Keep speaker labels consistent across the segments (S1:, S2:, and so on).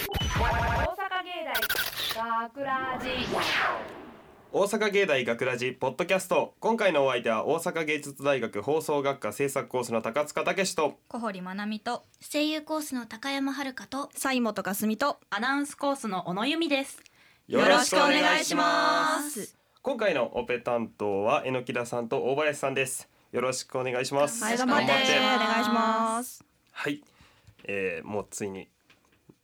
S1: 大阪芸大学ラジ
S2: 大阪芸大学ラジポッドキャスト今回のお相手は大阪芸術大学放送学科制作コースの高塚武史と
S3: 小堀まなみと
S4: 声優コースの高山遥と
S5: 西本かすみと
S6: アナウンスコースの小野由美です。
S2: よ
S5: ろしくお願いします
S2: 今回のオペ担当は榎木田さんと大林さんですよろしくお願いします
S3: はい
S5: 頑張って
S3: 頑張って
S5: お願いします
S2: はい、えー、もうついに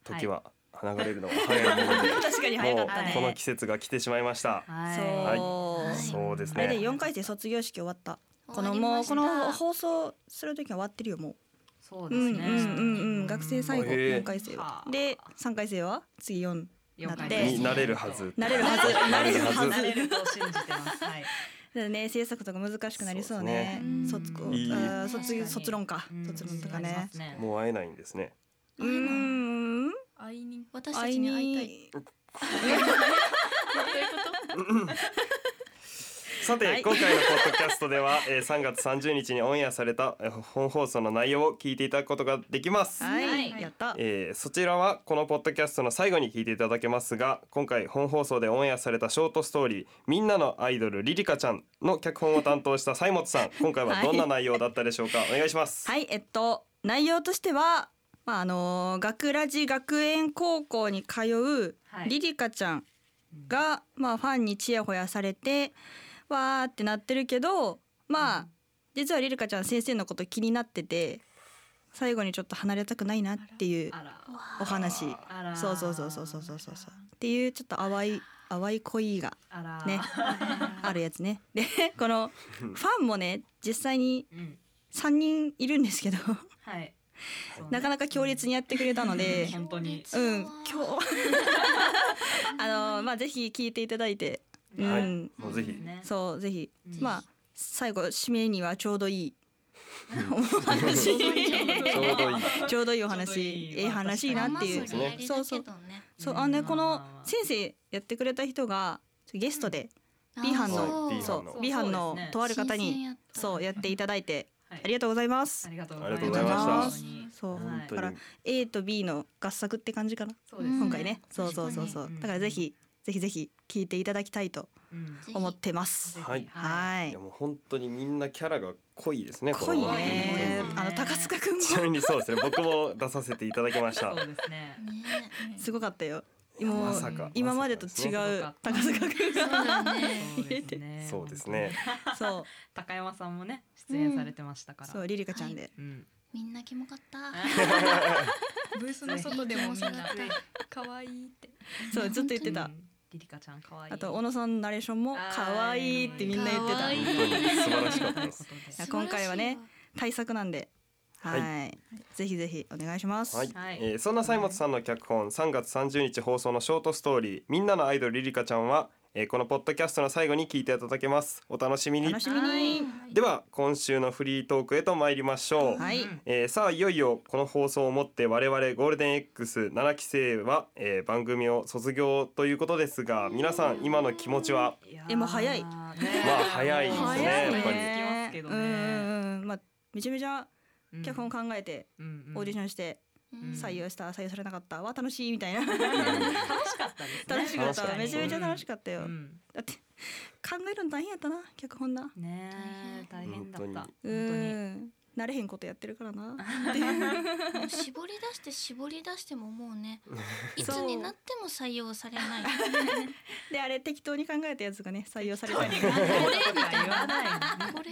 S2: 時は流れるのが早いもの で、
S5: 確かに早か
S2: も
S5: っ
S2: う
S5: たね
S2: この季節が来てしまいました
S6: は
S5: そう、
S2: はいそうです
S5: あれで
S2: ね
S5: 四回生卒業式終わったこ
S4: 終わ
S5: の
S4: りま
S5: もう
S4: した
S5: この放送する時は終わってるよもう
S6: そう
S5: う
S6: です
S5: んうん
S6: ね。
S5: うんうん学生最後
S2: へえ
S5: 四回生は
S6: はあ
S5: で三回生は次四
S6: 了解
S5: なって
S6: です
S2: になれるはず
S5: なれるはずなれるはず
S6: なれると信じてます。はい。
S5: だね制作とか難しくなりそうね
S6: そうです
S5: 卒
S6: ね
S5: こ
S6: うん
S2: いい
S5: あー卒
S6: 確か
S5: 業
S6: に
S5: 卒論か
S6: うん
S5: 卒論とか
S6: ありま
S5: ね
S6: すね
S2: もう会えないんですね
S5: うーん
S3: 会いに
S4: 私たちに会いたい
S2: さて、今回のポッドキャストでは、えー、3月30日にオンエアされた、えー本放送の内容を聞いていただくことができます、
S5: はいやった
S2: えーそちらはこのポッドキャストの最後に聞いていただけますが今回本放送でオンエアされたショートストーリー「みんなのアイドルリリカちゃん」の脚本を担当した西本 さん今回はどんな内容だったでしょうか、お願いします、
S5: はい、えっと内容としては、まああの学ラジ学園高校に通う
S6: はい
S5: リリカちゃんが、まあファンにちやほやされてわーってなってるけど、まあ、実はリリカちゃん先生のこと気になってて最後にちょっと離れたくないなっていう
S6: あら
S5: お話。
S6: あら。
S5: そうそうそうそうそうそうそうそうっていうちょっと淡い淡い恋が
S6: あら。
S5: ね あるやつね。でこのファンもね実際に
S6: うん。
S5: 3人いるんですけど。
S6: はい。そうね、
S5: なかなか強烈にやってくれたので
S6: 本当に。
S5: うん、今 日あのまあぜひ聞いていただいて、うん、
S2: はいもうぜひ
S6: ね
S5: そうぜひ、
S6: うん
S5: まあ最後締めにはちょうど い
S6: ち
S5: い
S6: ょうどいい
S2: ちょうどいい
S5: ちょうどいいお
S6: ちょうどい
S5: 話
S6: い
S5: ええ話いいなっていう、
S2: まあ
S4: それ
S5: そう
S4: そ
S5: そうう
S4: ね
S5: そうあのねこ
S6: ま
S5: の
S6: あまあまあ
S5: 先生やってくれた人がゲストで B 班の、
S2: はい B
S5: そ
S2: 班の
S5: う B 班
S6: そう
S5: の
S6: ですね
S5: とある方
S4: 新鮮
S5: に
S4: やった
S5: そうやっていただいて
S6: はい
S5: ありがとうございます
S6: あ。りがとう
S2: あり
S6: ございう
S2: がとござい
S6: ま。
S2: ますした
S5: そう
S6: はい
S2: 本当
S5: だから
S2: に
S5: A と B の合作って感じかな。
S6: そうですね
S5: 今回ね、そうそうそうそう、
S6: うん
S5: だからぜひぜひぜひ聞いていただきたいと
S6: うん
S4: ぜひ
S5: 思ってます。
S2: はい
S5: はいい
S2: や。もう本当にみんなキャラが濃いですね
S5: 濃い
S2: この
S5: ね
S2: 本当に。
S5: あの高塚くんも
S2: ちなみにそうですね僕も出させていただきまし
S6: そ
S2: た
S6: うですね。
S4: ね
S5: すごかったよ。も
S2: ま
S5: う
S2: さか
S5: 今までと違
S2: う
S5: う高塚くん
S4: そうだ
S6: そう
S4: ね
S6: ですね
S2: そうですね。
S5: そう
S6: 高山さんもね出演されてましたから。
S5: そうリリカちゃんで。
S6: うん。
S4: みんなキモかった
S3: ブースの外でもみんな可愛いって
S5: そうずっと言って
S6: う
S5: た。
S6: んリリカちゃん可愛い。
S5: あと小野さんのナレーションも可愛いってみんな言って
S4: 可
S5: た
S4: 愛。い
S2: 本当に素晴らしかったです
S6: ということ
S5: や今回はね対策なんで。
S2: はい
S5: はい。ぜひぜひお願いします。
S2: はい、
S6: はい
S2: えーそんな西本さんの脚本3月30日放送のショートストーリー「みんなのアイドルリリカちゃんは」えーこのポッドキャストの最後に聞いていただけますお楽しみに
S5: 楽しみに。
S2: では今週のフリートークへと参りましょう、
S5: はい
S6: うん
S2: えーさあいよいよこの放送をもって我々ゴールデン X7 期生は、えー番組を卒業ということですが皆さん今の気持ちは
S6: でいやー
S5: えもう早い
S6: ねまあ
S2: 早いですね
S5: 早い
S2: やっぱり
S6: ねつきますけど
S5: うん
S6: ね。
S5: うんうん。まあめちゃめちゃ脚本考えてオーディシ
S6: ョ
S5: ョンして
S6: うん
S5: 採用した採用されなかったは楽しいみたいな
S6: 楽しかったですね。
S5: 楽しかっ
S2: 確
S5: た
S2: に
S5: めちゃめちゃ楽し
S6: か
S5: かったよ、
S6: うん
S5: だって考えるの大変やったな脚本な
S6: ねえ大変だった。本
S2: 本当
S6: 当
S5: う
S6: に。
S5: ん慣れへんことやってるからな
S4: もう絞り出して絞り出してももうねいつになっても採用されない
S5: であれ適当に考えたやつがね採用されたり
S4: これみたい
S6: 言わ
S4: な
S6: ないのね。
S4: これ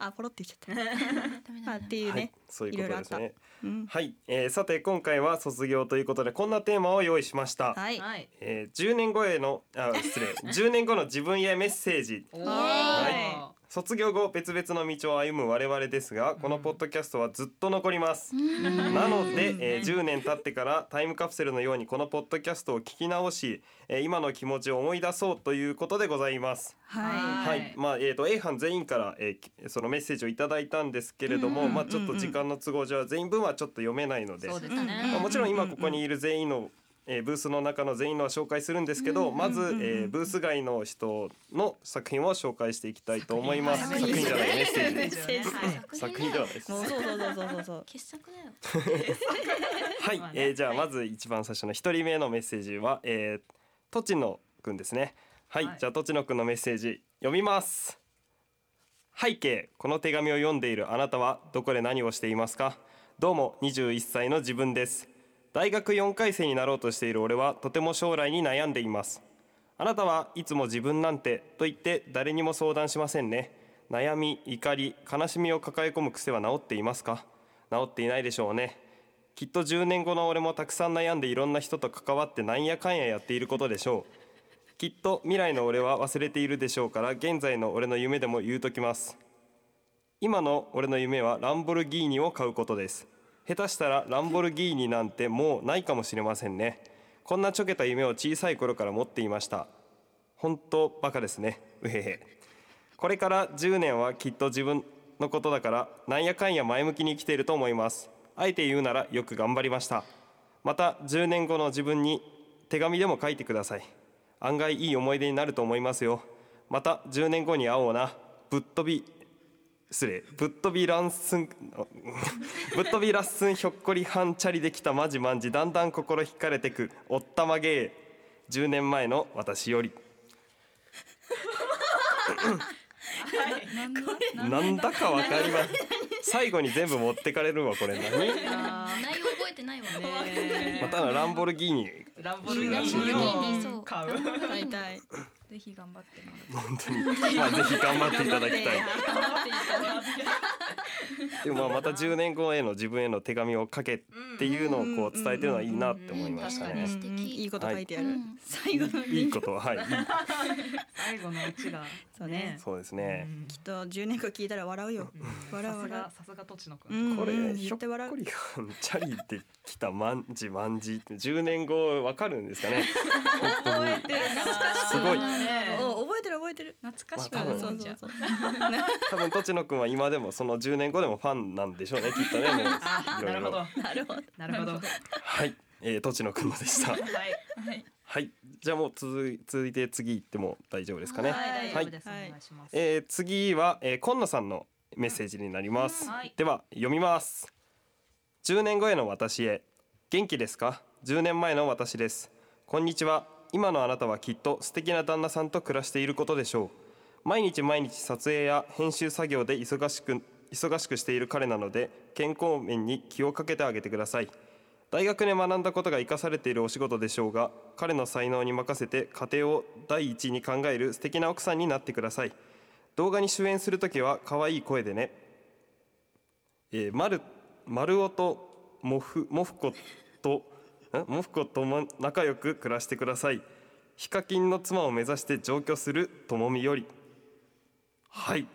S5: あポロって言っちゃっ
S4: ダメ
S5: た、まあ、
S4: だ
S5: っていう
S2: はい
S5: ね、
S2: そういうこ
S5: いろいろ
S2: と
S5: あ
S2: で
S5: っ
S2: す
S5: た
S2: ね
S5: うん
S2: はい、えーさて今回は卒業ということでこんなテーマを用意しました、
S5: はい、
S6: はい。
S2: えー10年後への あ失礼10年後の自分へメッセージ
S6: おー
S5: は
S2: 卒業後別々の道を歩む我々ですがこのポッドキャストはずっと残ります、なので、えー10年経ってからタイムカプセルのようにこのポッドキャストを聞き直し、えー今の気持ちを思い出そうということでございます
S5: は
S2: は、
S6: はいい
S2: まあえー、と A 班全員から、えーきそのメッセージをいただいたんですけれども、
S5: うんうん
S2: まあ、ちょっと
S5: うんうん
S2: 時間の都合上は全員分はちょっと読めないので
S6: そうで
S5: い、
S6: すね
S2: まあ、もちろん今
S5: うう
S2: ここにいる全員の、えーブースの中の全員のは紹介するんですけど、
S4: うん
S2: まず、え
S6: うん
S2: ーブース外の人の作品を紹介していきたいと思います。作
S5: 作品
S2: 品じゃないメッセージ
S5: ね
S2: で
S5: メッセージ
S6: はい
S2: す。作品ではないです。
S5: もうそうそうそうそうそ うそう。
S4: 傑作だよ。
S2: はい、えーじゃあまず一番最初の一人目のメッセージは、えー、とちのくんですねはい、
S6: はい
S2: じゃあとちのくんのメッセージ読みます背景この手紙を読んでいるあなたはどこで何をしていますかどうも21歳の自分です大学4回生になろうとしている俺はとても将来に悩んでいますあなたはいつも自分なんてと言って誰にも相談しませんね悩み怒り悲しみを抱え込む癖は治っていますか治っていないでしょうねきっと10年後の俺もたくさん悩んでいろんな人と関わってなんやかんややっていることでしょうきっと未来の俺は忘れているでしょうから現在の俺の夢でも言うときます今の俺の夢はランボルギーニを買うことです下手したらランボルギーニなんてもうないかもしれませんねこんなちょけた夢を小さい頃から持っていました本当バカですねうへへこれから10年はきっと自分のことだからなんやかんや前向きに生きていると思いますあえて言うならよく頑張りましたまた10年後の自分に手紙でも書いてください案外いい思い出になると思いますよまた10年後に会おうなぶっ飛び失礼ぶっ飛びランスン あぶっ飛びラッスンひょっこりはんチャリできたまじまんじだんだん心惹かれてくおったまげー10年前の私より
S3: なんだ
S2: なんだかわかります最後に全部持ってかれるわこれ何
S6: あ
S4: 内容覚えてないわ。
S6: ーねえ
S2: またのランボルギーニ
S6: ランボルギーニを買う。
S5: 大体。
S3: ぜひ頑張ってもらって
S2: 本当に、まあ、ぜひ頑張っていた だきたいでもまあまた10年後への自分への手紙を書けっていうのをこう伝えてるのはいいなって思いました
S4: うん
S2: ね
S4: 素敵
S5: いいこと書いてある。
S4: うん
S5: 最後の
S2: いいことははいいい
S6: 最後のうちが
S5: そうね
S2: そうですね
S6: うん
S5: きっと10年後聞いたら笑うよ。笑う
S6: さす
S5: 笑
S6: がさすがとちのく。
S5: う。うんん
S2: こ
S5: う
S2: れ
S5: ん
S2: ひ
S5: 言
S2: ょ
S5: っ
S2: って
S5: 笑
S2: こ
S5: う。
S2: りはんチャリできたまんじまんじって10年後わかるんですかね本当にすごい
S5: お覚えてる覚えてる。
S3: 懐かしく
S2: まあ
S3: な
S2: 多
S3: るそ
S2: 分
S5: そ
S3: うう
S5: そ
S3: じゃ
S5: うんそう。
S2: 多分とちのくんは今でもその10年後でもファンなんでしょうねきっとねも
S6: あ
S2: うい
S6: な
S2: ろ
S6: る
S2: い
S6: ほ
S2: ろ
S6: ど。なるほ ど。なるほど。はい。
S2: はい、えー、とちのくんのでしたはいじゃあもう続い続いて次行っても大丈夫ですかね
S5: はい
S6: 大丈夫です。お願いします。
S2: えー次は、えー、今野さんのメッセージになります、
S6: はい
S2: では読みます10年後への私へ元気ですか10年前の私ですこんにちは今のあなたはきっと素敵な旦那さんと暮らしていることでしょう毎日毎日撮影や編集作業で忙しく忙しくしている彼なので健康面に気をかけてあげてください大学で学んだことが生かされているお仕事でしょうが彼の才能に任せて家庭を第一に考える素敵な奥さんになってください動画に主演するときは可愛い声でね、えー、まる丸尾とモフモフコとんモフコとも仲良く暮らしてくださいヒカキンの妻を目指して上京するともみよりはい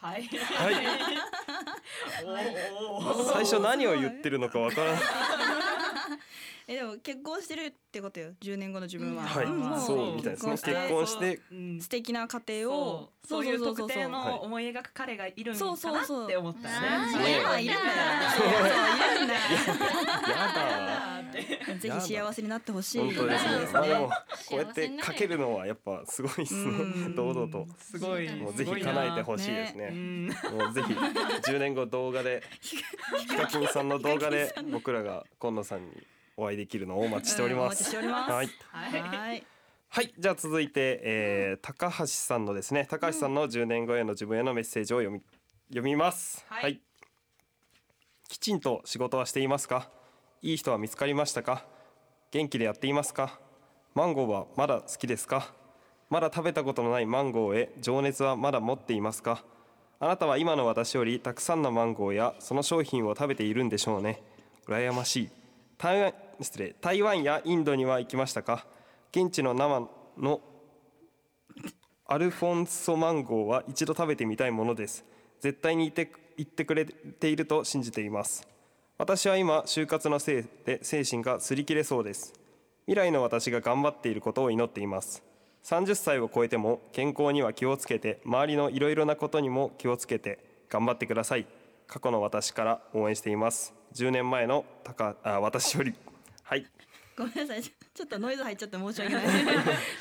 S6: はい。
S2: はい
S6: おお。
S2: 最初何を言ってるのかわからない
S5: えでも結婚してるってことよ。10年後の自分は。
S2: はい
S5: うんも
S2: そうみたいですね
S5: 結婚して
S2: 結婚して
S5: 素敵な家庭
S6: そ
S5: を
S6: うそういう特定
S5: そう
S2: はい
S6: の思い描く彼がいるんかなって思った
S4: そう
S5: そ
S4: そ
S5: う
S4: う
S5: い
S2: ね
S5: るんだよ。そういるんだよ。
S2: や
S6: あーって
S5: ぜひ幸せになってほしい。
S2: だ本当ですねまあでもこうやっ
S4: 幸せ
S2: て
S4: になれ
S2: かけるのはやっぱすごいです
S5: う
S2: ね
S5: ん
S2: 堂々と
S6: すごい
S2: もうぜひ叶えてほしいですね
S6: うん
S2: もうぜひ10年後動画でヒカキンさんの動画で僕らが今野さんにお会いできるのをお待ちしており
S5: うんお
S2: ま
S5: 待ちし
S2: す。
S5: ております。
S2: はい、
S6: はい
S5: はい。
S2: はい、じゃあ続いて、えー高橋さんのですね高橋さんの10年後への自分へのメッセージを読み読みます。
S6: はい
S2: きちんと仕事はしていますかいい人は見つかりましたか元気でやっていますかマンゴーはまだ好きですかまだ食べたことのないマンゴーへ情熱はまだ持っていますかあなたは今の私よりたくさんのマンゴーやその商品を食べているんでしょうね羨ましい台湾失礼台湾やインドには行きましたか現地の生のアルフォンソマンゴーは一度食べてみたいものです絶対にいて言ってくれていると信じています私は今就活のせいで精神が擦り切れそうです未来の私が頑張っていることを祈っています30歳を超えても健康には気をつけて周りのいろいろなことにも気をつけて頑張ってください過去の私から応援しています10年前の高あ私よりはい
S5: ごめんなさいちょちょっとノイズ入っちゃって申し 訳ない申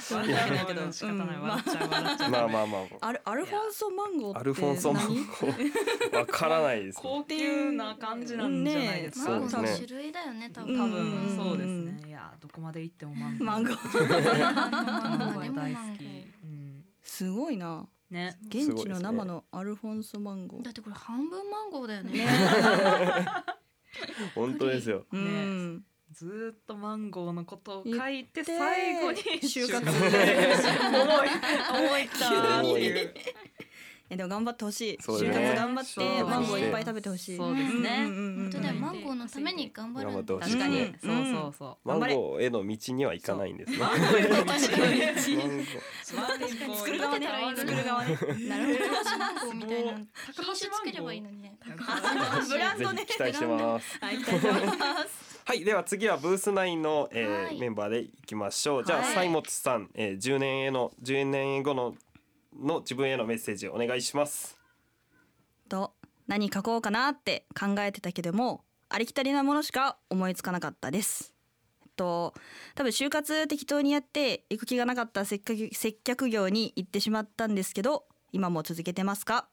S5: し訳ないけど、
S6: 仕方ない
S5: う
S6: 笑
S5: んま
S6: っちゃう笑っちゃう
S2: まあまあま
S5: あアルアルフォンソマンゴーって
S2: あアルフォンソマンゴーわからないですね
S6: 高級な感じなんじゃないです
S4: マ
S2: そ
S6: か
S2: う
S4: ン
S2: ですね
S4: ゴーの種類だよね多
S6: 多
S4: 分
S6: 分そうです
S5: うんうん
S6: ねいやどこまで行ってもマンゴー
S5: 何マンゴー
S6: マンゴー大好き
S4: でもマンゴー
S6: うん
S5: すごいな
S6: ね
S5: 現地の生のアルフォンソマンゴー、
S4: だってこれ半分マンゴーだよね
S5: ね
S2: 本当ですよ
S5: うん
S6: ずーっとマンゴーのことを書いて最後に
S5: で収穫
S6: 思い思いったっていう
S5: えでも頑張ってほしい、
S2: そう
S5: 収
S2: ね
S5: 穫頑張っ
S6: そう
S5: てマンゴ
S2: そう
S5: ーいっぱい食べてほしい
S6: そうですね
S5: うんうんうんうん
S4: 本当だよマンゴーのために頑張るんだ
S2: 頑張って
S6: 確かに、
S5: うん
S6: そうそうそう
S2: マ
S5: 頑張
S2: ン
S5: れ
S2: ゴーへの道には行かないんですねマン
S6: マンゴー
S5: 作る側ね
S6: いろいろ
S5: 作る側ね
S4: なるほど高橋マンゴーみたい
S6: 橋
S4: な品
S6: マンゴー
S4: 種作ればいいのにね
S5: ブラン
S2: ぜ
S5: ドね
S2: ひ期待してます
S5: はい期待してます
S2: はい、では次はブース9の、えー
S4: はい
S2: メンバーでいきましょう。じゃあ、
S5: はい
S2: サイモツさん、えー、10年への10年後のの自分へのメッセージお願いします。
S5: と何書こうかなって考えてたけどもありきたりなものしか思いつかなかったです。えっと多分就活適当にやって行く気がなかった接客接客業に行ってしまったんですけど今も続けてますか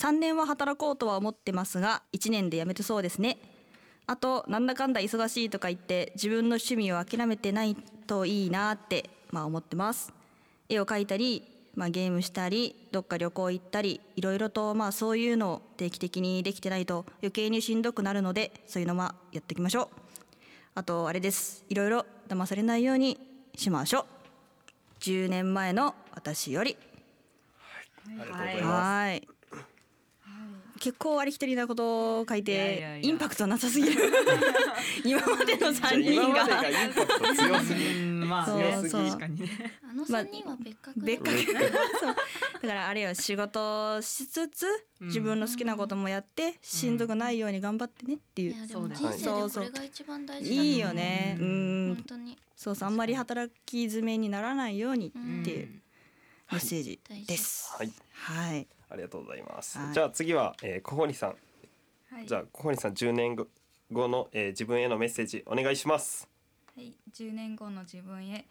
S5: 3年は働こうとは思ってますが1年で辞めてそうですねあとなんだかんだ忙しいとか言って自分の趣味を諦めてないといいなって、まあ、思ってます絵を描いたり、まあ、ゲームしたりどっか旅行行ったりいろいろとまあそういうのを定期的にできてないと余計にしんどくなるのでそういうのはやっていきましょうあとあれですいろいろ騙されないようにしましょう10年前の私より
S2: ありがとうございま
S5: はい結構ありきたりなことを書いて
S6: いやいやいや
S5: インパクトなさすぎる 今までの
S2: す。
S5: 3
S2: じゃあ
S5: 人
S2: 今まで
S5: が
S2: がインパクト強すぎる。
S6: うんまあ
S5: そう
S6: ね
S5: そう
S6: 確かにね
S4: あの三人は別格だ
S5: 別格そうだからあれよ仕事をしつつ
S6: うん
S5: 自分の好きなこともやって、しんどくないように頑張ってねってい、
S4: いうやでも人
S6: そう
S2: です
S4: 生で
S5: ね
S4: これが一番大事だと思う
S5: いいよねう
S6: うん
S5: ん
S4: 本当に
S5: そうそうあんまり働き詰めにならないように
S4: うん
S5: っていうメッセージです、
S2: はい、
S5: はい
S2: ありがとうございます。
S5: はい
S2: じゃあ次は、えー、小堀さん。
S7: はい、
S2: じゃあ小堀さん10年後後の、えー、自分へのメッセージお願いします。
S7: はい、10年後の自分へ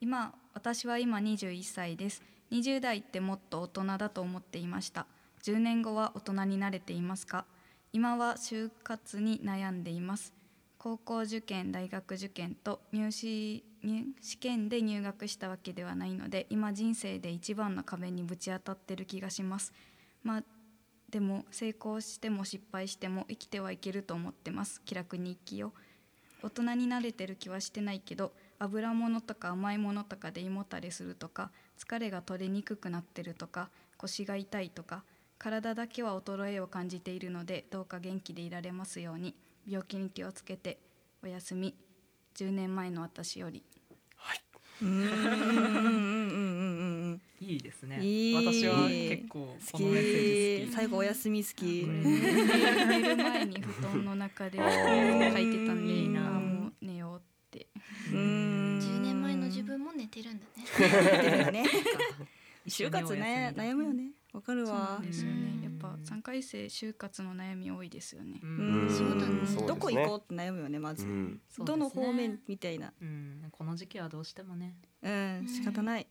S7: 今私は今21歳です20代ってもっと大人だと思っていました10年後は大人になれていますか今は就活に悩んでいます高校受験大学受験と入試入試験で入学したわけではないので今人生で一番の壁にぶち当たってる気がしますまあでも成功しても失敗しても生きてはいけると思ってます気楽に生きよう大人に慣れてる気はしてないけど油物とか甘いものとかで胃もたれするとか疲れが取れにくくなってるとか腰が痛いとか体だけは衰えを感じているのでどうか元気でいられますように病気に気をつけておやすみ10年前の私より
S5: うんうんうんうんうん
S6: いいですね
S5: いい
S6: 私は結構
S5: 好
S6: このメッセージ
S5: き
S6: 好き
S5: 最後お休み好き
S6: これ
S5: うん
S6: ね
S7: 寝る前に布団の中で書いてたんで
S5: いいな
S7: あもう寝ようって
S4: 10年前の自分も寝てるんだね
S5: ね
S6: 一緒
S5: 就
S6: にお休
S5: 活
S6: みだ
S5: ね悩むよねわかる
S7: そうな
S5: わ
S7: んですよね
S4: うん
S7: やっぱ3回生就活の悩み多いですよ ね
S6: う
S5: うん
S6: ん
S4: そうだね
S2: そうですね
S5: どこ行こうって悩むよねま
S2: う
S5: ず、
S2: ん。
S6: そうですね
S5: どの方面みたいな
S6: うんこの時期はどうしてもね
S5: うん仕方ない、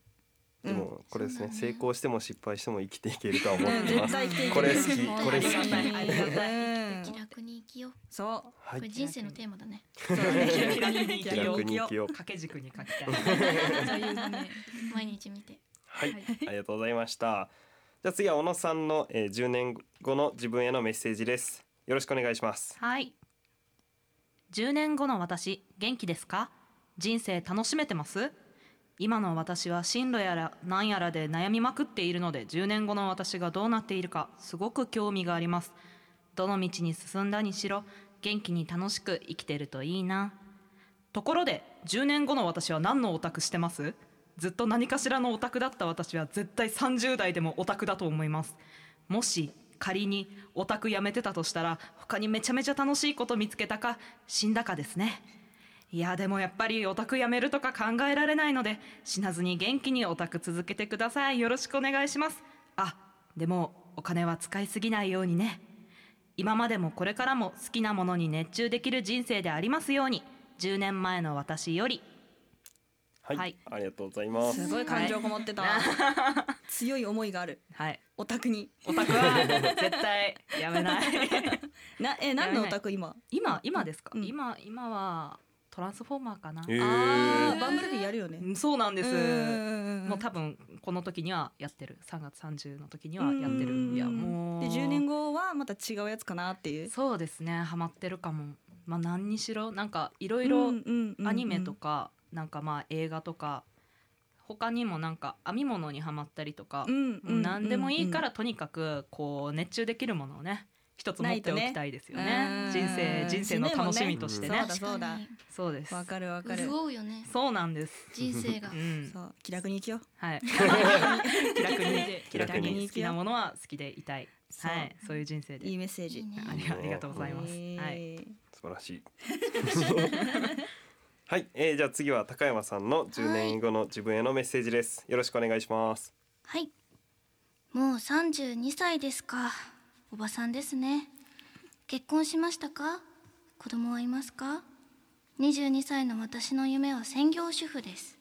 S2: でもこれですね
S4: そうだね
S2: 成功しても失敗しても生きていけるとは思
S5: う
S2: っ
S5: ん
S2: てま
S5: 絶
S2: す。
S5: 対来ていける
S2: これ好きこれ好き
S5: ありがたいありがたい
S4: 気楽に生きよう
S5: そう
S2: は
S4: これ
S2: い。
S4: 人生のテーマだね
S5: そうだね
S6: 気楽に
S2: 気楽に生きよう。
S6: 掛け軸に書きたい
S7: そういうね
S4: 毎日見て
S2: はい
S7: はい、
S2: ありがとうございました。じゃあ次は小野さんの、えー、10年後の自分へのメッセージです。よろしくお願いします。
S6: はい10年後の私元気ですか人生楽しめてます今の私は進路やら何やらで悩みまくっているので10年後の私がどうなっているかすごく興味がありますどの道に進んだにしろ元気に楽しく生きてるといいなところで10年後の私は何のオタクしてますずっと何かしらのオタクだった私は絶対30代でもオタクだと思いますもし仮にオタクやめてたとしたら他にめちゃめちゃ楽しいこと見つけたか死んだかですねいやでもやっぱりオタクやめるとか考えられないので死なずに元気にオタク続けてくださいよろしくお願いしますあでもお金は使いすぎないようにね今までもこれからも好きなものに熱中できる人生でありますように10年前の私より
S2: はい、
S6: はい
S2: ありがとうございます
S5: すごい感情こもってた、強い思いがある
S6: はい
S5: オタクに
S6: オタクは絶対やめ ない
S5: なえ何
S6: やめ
S5: の
S6: な
S5: オ
S6: い
S5: タク今
S6: 今今ですか、
S5: うん
S6: 今今はトランスフォーマーかな、
S2: へえ
S5: あ
S2: ー
S5: ーバンブルビーやるよね
S6: うんそうなんですも
S5: も
S6: う多分この時にはやってる3月30の時にはやってるいやもう
S5: で10年後はまた違うやつかなっていう
S6: そうですねハマってるかもまあ何にしろなんかいろいろアニメとか、なんかまあ映画とか他にもなんか編み物にはまったりとか、もう何でもいいからとにかくこう熱中できるものをね一つ持っておきたいですよね
S5: ないとね
S6: 人生
S5: うん
S6: 人生の楽しみとしてね
S5: そうだそうだ
S6: そうです
S5: わかるわか
S4: 確かに
S5: る
S4: 潤うよね
S6: そうなんです
S4: 人生が
S6: うん
S5: そう気楽に生きよう
S6: はい気楽に気
S2: 気
S6: 楽
S2: 楽
S6: に
S5: に
S6: 好きなものは好きでいたい
S5: そう
S6: はいそういう人生で
S5: いいメッセー
S4: いい
S5: ジ
S4: ね
S6: ありがありがとうございます
S5: へー
S6: はい
S2: 素晴らしい はい、えー、じゃあ次は高山さんの10年後の自分へのメッセージですよろしくお願いします
S4: はいもう32歳ですかおばさんですね結婚しましたか子供はいますか22歳の私の夢は専業主婦です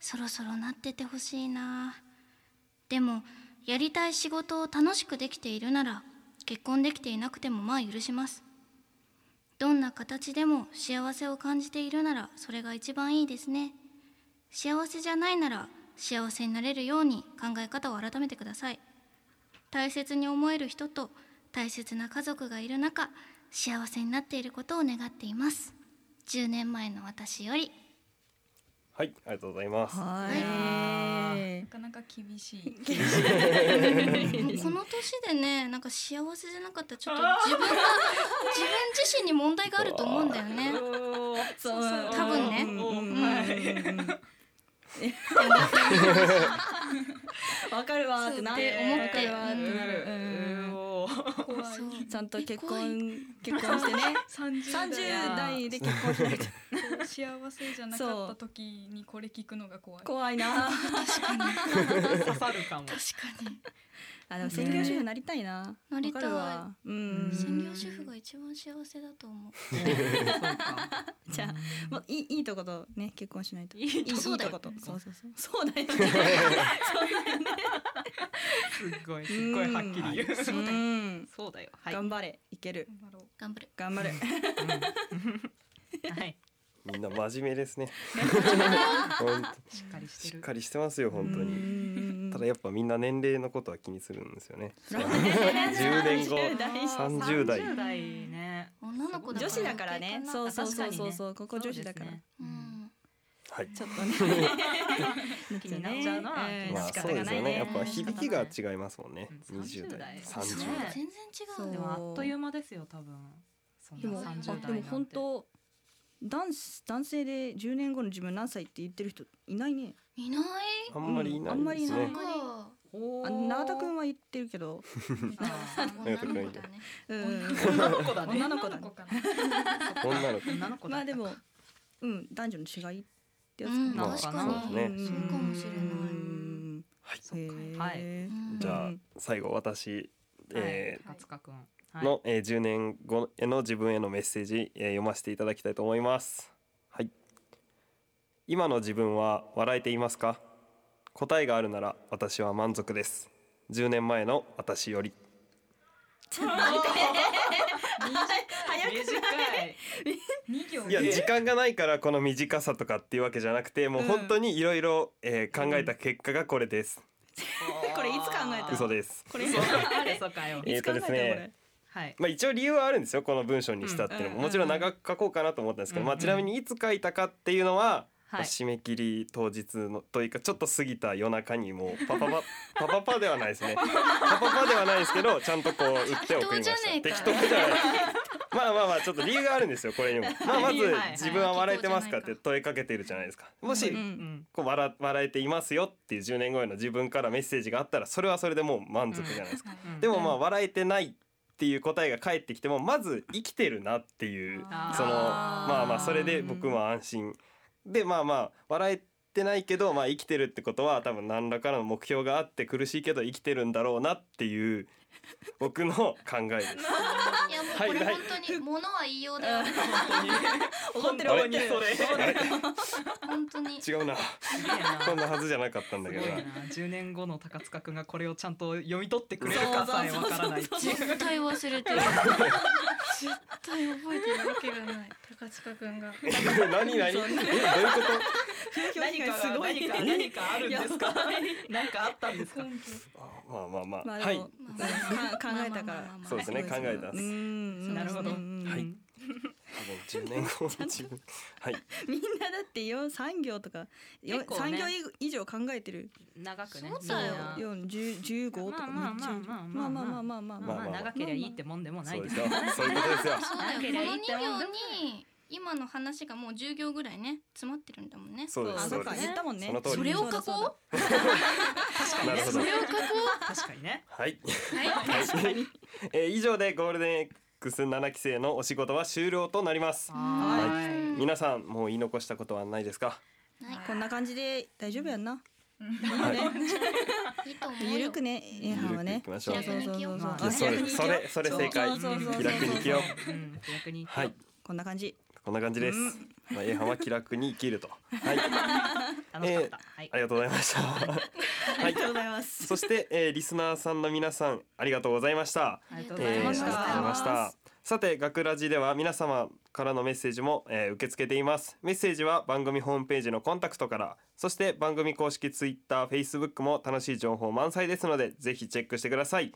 S4: そろそろなっててほしいなでもやりたい仕事を楽しくできているなら結婚できていなくてもまあ許しますどんな形でも幸せを感じているならそれが一番いいですね幸せじゃないなら幸せになれるように考え方を改めてください大切に思える人と大切な家族がいる中幸せになっていることを願っています10年前の私 より
S2: はいありがとうございます
S5: はい
S7: なかなか厳しい。
S4: もうこの年でねなんか幸せじゃなかったらちょっと自分が自分自身に問題があると思うんだよね
S5: そう
S4: 多分ね
S5: うん わかるわーってな
S4: そうって思って
S5: わかるわーってなるうん
S4: そう
S5: ちゃんと結婚結婚してね
S7: 三 十
S5: 三十
S7: 代
S5: 代で結婚しないと
S7: 幸せじゃなかった時にこれ聞くのが怖 い。
S5: 怖いなー。
S6: 刺さるかも
S4: 確かに
S5: あでも専業主婦になりたいな。
S4: なりたい
S5: わかるわうん。
S4: 専業主婦が一番幸せだと思う
S5: じゃあもういいいいとことね結婚しないと。
S6: いいとこ
S5: いいとこと。そうそうそう。そうだよ。
S6: すっごいすっごいはっきり言う
S5: そうだようん。
S6: そうだよはい
S5: 頑張れいける。
S7: 頑張ろう。
S4: 頑張る
S5: 頑張る。
S6: はい
S2: みんな真面目ですねほんと
S6: しっかりして
S2: しっ
S6: る
S2: かりしてますよ本当
S5: う
S2: に
S5: ん
S2: ただやっぱみんな年齢のことは気にするんですよね
S5: 10
S2: 10年後
S5: 30代
S2: 30代
S6: 30代ね
S4: 女の子だ
S5: 女子だからね。そうそうそうそうそう、ここ女子だから。
S4: うん
S2: はい
S5: ちょっとね。
S6: 気になっちゃうのは
S5: えー
S2: まあ
S5: 仕
S2: そ
S5: 方
S2: う
S5: が
S2: で
S5: な
S2: す
S5: い
S2: よ
S5: ね。
S2: ねやっぱ響きが違いますもんね
S6: うん
S2: 20代
S6: 30
S2: 30代
S6: ね
S4: 全然違う
S6: で
S4: ね
S6: もあっという間ですよ多分そん
S5: でも
S6: な30代なんて
S5: でも本当男子男性で10年後の自分何歳って言ってる人いないね。
S4: いない
S2: あんまりいないです
S5: あんまりい
S2: ね
S5: な
S4: か
S5: あ永田くんは言ってるけ
S6: あ
S5: ど、
S6: ー
S4: 女の子だね
S5: うん、
S6: 女の子だね
S5: 女の子だね。
S7: かな。
S2: 女の子
S6: 女の子だ
S5: まあでも、うん、男女の違いってやつか
S4: うん
S2: ま
S5: な。
S2: あ
S4: 確
S2: そ
S4: か
S2: う
S4: に
S2: で
S4: そ
S2: す
S5: うん
S2: ね
S4: うかもしれない
S5: うん
S2: はい
S5: へー
S6: はい
S4: うん
S2: じゃあ最後私えー
S6: はい勝くんはい
S2: の、えー、10年後への自分へのメッセージ、えー読ませていただきたいと思いますはい今の自分は笑えていますか答えがあるなら私は満足です10年前の私より
S6: 短い
S7: 二行
S2: いや時間がないからこの短さとかっていうわけじゃなくてもう本当にいろいろえー考えた結果がこれです、
S5: これいつ考えた
S2: 嘘です
S5: これ
S6: 嘘嘘かよ
S2: えーとですね
S6: はい
S2: まあ一応理由はあるんですよこの文章にしたっていうのも、
S5: うん
S2: もちろん長く書こうかなと思ったんですけど、まあちなみにいつ書いたかっていうのは、ま
S6: は
S2: あ
S6: い
S2: 締め切り当日のというかちょっと過ぎた夜中にもうパパパパパパではないですねパパパではないですけどちゃんとこう打って送りました適
S4: 適当
S2: 当
S4: じゃ
S2: じ
S4: ねえか
S2: ゃないまあまあまあちょっと理由があるんですよこれにも、まあ、まず
S6: 理由はい
S2: 自分は笑えてますかって問いかけてるじゃないですかもし
S6: うん
S2: こう笑笑えていますよっていう10年後への自分からメッセージがあったらそれはそれでもう満足じゃないですか、
S6: うん
S2: でもまあ笑えてないっていう答えが返ってきてもまず生きてるなっていう
S6: あー
S2: そのまあまあそれで僕も安心でまあまあ笑えってないけど、まあ、生きてるってことは多分何らかの目標があって苦しいけど生きてるんだろうなっていう僕の考えです。
S4: いやもうこれ本当に物は言いようだよね
S5: 怒ってる
S2: あ
S5: 怒
S2: れ
S5: ってる
S2: それ
S4: 本当に
S2: 違うな
S6: すげえな
S2: こんなはずじゃなかったん
S6: す
S2: だ
S6: ごい
S2: けどな
S6: な10年後の高塚くんがこれをちゃんと読み取ってくれるかさえわからないっていう
S4: 絶対忘れてる
S3: 絶対覚えてるわけがない高塚くん が
S2: え 何何えどういう
S5: 何かすごい
S6: 何かあるんですか何かあったんですか
S2: ことあまあまあまあ、
S5: まあ
S2: は
S5: で
S2: い
S5: も、うんか考え
S4: まあまあまあまあ
S5: たから
S4: まあ
S2: そうですね考えた
S5: うーん
S6: なるほど
S5: うん
S2: はい多分10年後の自分はい
S5: みんなだってよ三行とかよ
S6: 結構ね
S5: 三行以上考えてる
S6: 長くね
S4: そうだよ
S6: みんな
S5: 四十十五とか
S6: ま
S5: め
S6: あ
S5: っちゃいる
S6: ま
S5: ま
S6: あま
S5: あま
S6: あま
S5: あま
S6: あ
S5: あ
S6: まあ
S5: まあまあ
S6: まあ
S5: まあ
S6: 長けりゃいいってもんでもない
S2: そ
S6: で
S2: うですす
S6: よ
S2: よそういうことですよ
S4: そうだよ
S6: な
S4: こ
S6: ん
S4: の
S6: かね
S4: 2
S6: 言っても
S4: 行に今の話がもう10行ぐらいね詰まってるんだもんね
S2: そうです
S5: あ
S2: そ
S5: そうう
S2: で
S5: か
S2: す
S5: 言ったもんね
S2: その通り
S4: それを書
S5: だだ
S4: こ
S6: 確か
S2: な
S6: に
S2: る
S6: ね
S2: ほど
S4: うそれを書こ
S6: 確かにね
S2: はい、
S4: うはい
S2: はいえー以上でゴールデン X 7期生のお仕事は終了となります
S6: は
S2: 皆さんもう言い残したことはないですか
S4: ない
S5: こんな感じで大丈夫やんな。
S4: いいと思うよ
S5: ゆるくね、A 班
S2: ゆる
S5: は
S2: く
S5: ね。
S2: いきましょう
S5: そうそうそうそう
S6: まあ
S5: あ
S6: ね
S5: 気楽に行けよ
S2: それそれ正解
S5: そうそうそうそう
S2: 気楽に生きよ
S6: ううん気楽に生き
S2: は
S6: よ
S2: いう
S5: こんな感じ。
S2: こんな感じです、まあ A 班は気楽に生きると はい
S6: 楽しかったはい
S2: ありがとうございました
S5: あ
S2: は
S5: り
S2: い
S5: がとうございます。
S2: そして、えーリスナーさんの皆さんありがとうございました
S6: ありがとうござ
S2: え
S6: い
S2: ーあ
S6: ま
S2: り
S6: し
S2: がとうございま
S6: た
S2: したさて学ラジでは皆様からのメッセージも、えー受け付けていますメッセージは番組ホームページのコンタクトからそして番組公式ツイッター、フェイスブックも楽しい情報満載ですのでぜひチェックしてください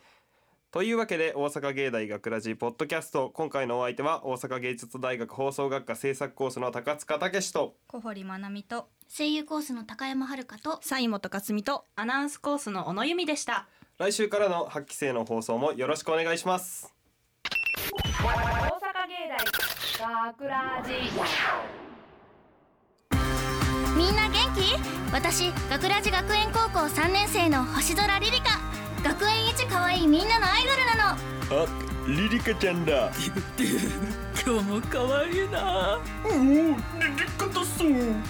S2: というわけで大阪芸大学ラジポッドキャスト今回のお相手は大阪芸術大学放送学科制作コースの高塚武史と
S7: 小堀まなみと
S4: 声優コースの高山遥と
S5: サイン元勝美と。
S6: アナウンスコースの小野由美でした
S2: 来週からの8期生の放送もよろしくお願いします
S1: 大阪芸大学ラジ
S4: みんな元気私学ラジ学園高校3年生の星空リリカ学園一可愛いみんなのアイドル
S2: あ、
S4: なの
S2: リリカちゃんだ。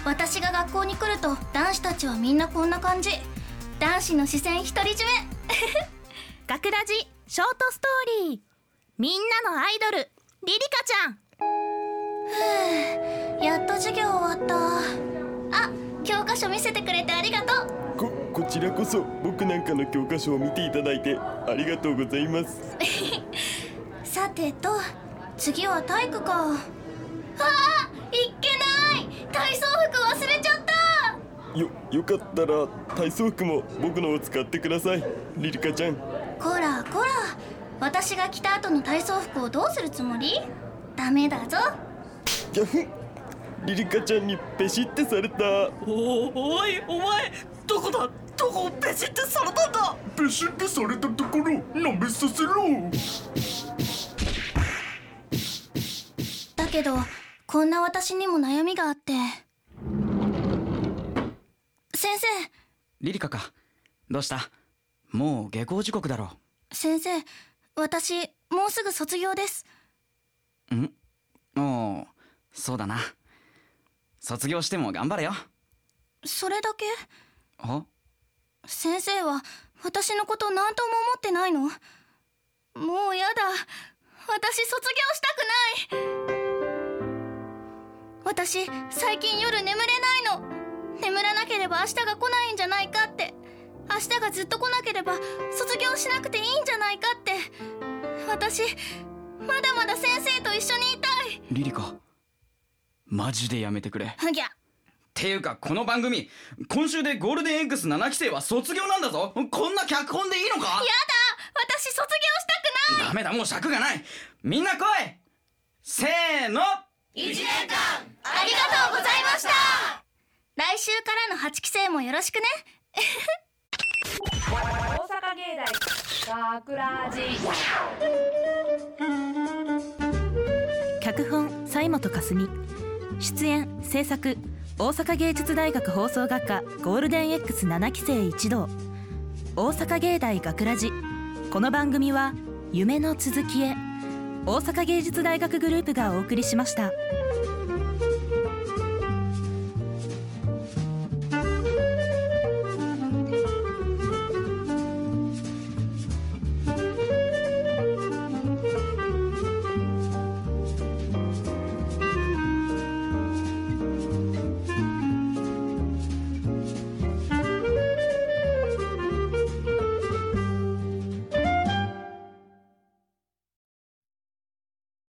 S4: 私が学校に来ると男子たちはみんなこんな感じ男子の視線独り占め 学ラジショートストーリーみんなのアイドルリリカちゃんふう やっと授業終わったあ教科書見せてくれてありがとう
S2: こ、こちらこそ、僕なんかの教科書を見ていただいて、ありがとうございます。
S4: さてと次は体育かあーいっけない体操服忘れちゃった
S2: よ、よかったら、体操服も僕のを使ってください。リリカちゃん。
S4: こらこら私が着た後の体操服をどうするつもりダメだぞ
S2: ギャフン。リリカちゃんにペシってされた。
S6: おおいお前どこだどこをペシってされたんだ
S2: ペシってされたところ、舐めさせろ。
S4: だけどこんな私にも悩みがあって先生
S8: リリカかどうしたもう下校時刻だろ
S4: 先生私もうすぐ卒業です
S8: うおうそうだな卒業しても頑張れよ
S4: それだけ
S8: あ
S4: 先生は私のこと何とも思ってないのもうやだ私卒業したくない私最近夜眠れないの眠らなければ明日が来ないんじゃないかって明日がずっと来なければ卒業しなくていいんじゃないかって私まだまだ先生と一緒にいた
S8: リリカマジでやめてくれ
S4: いぎゃ
S8: ていうかこの番組今週でゴールデン X7 期生は卒業なんだぞこんな脚本でいいのか
S4: 私卒業したくない
S8: ダメだもう尺がないみんな来いせーの
S4: ありがとうございました来週からの8期生もよろしくね
S1: 大阪芸大学ラジ
S9: 脚本西本かすみ出演制作大阪芸術大学放送学科ゴールデン X7 期生一同大阪芸大学ラジこの番組は夢の続きへ大阪芸術大学グループがお送りしました。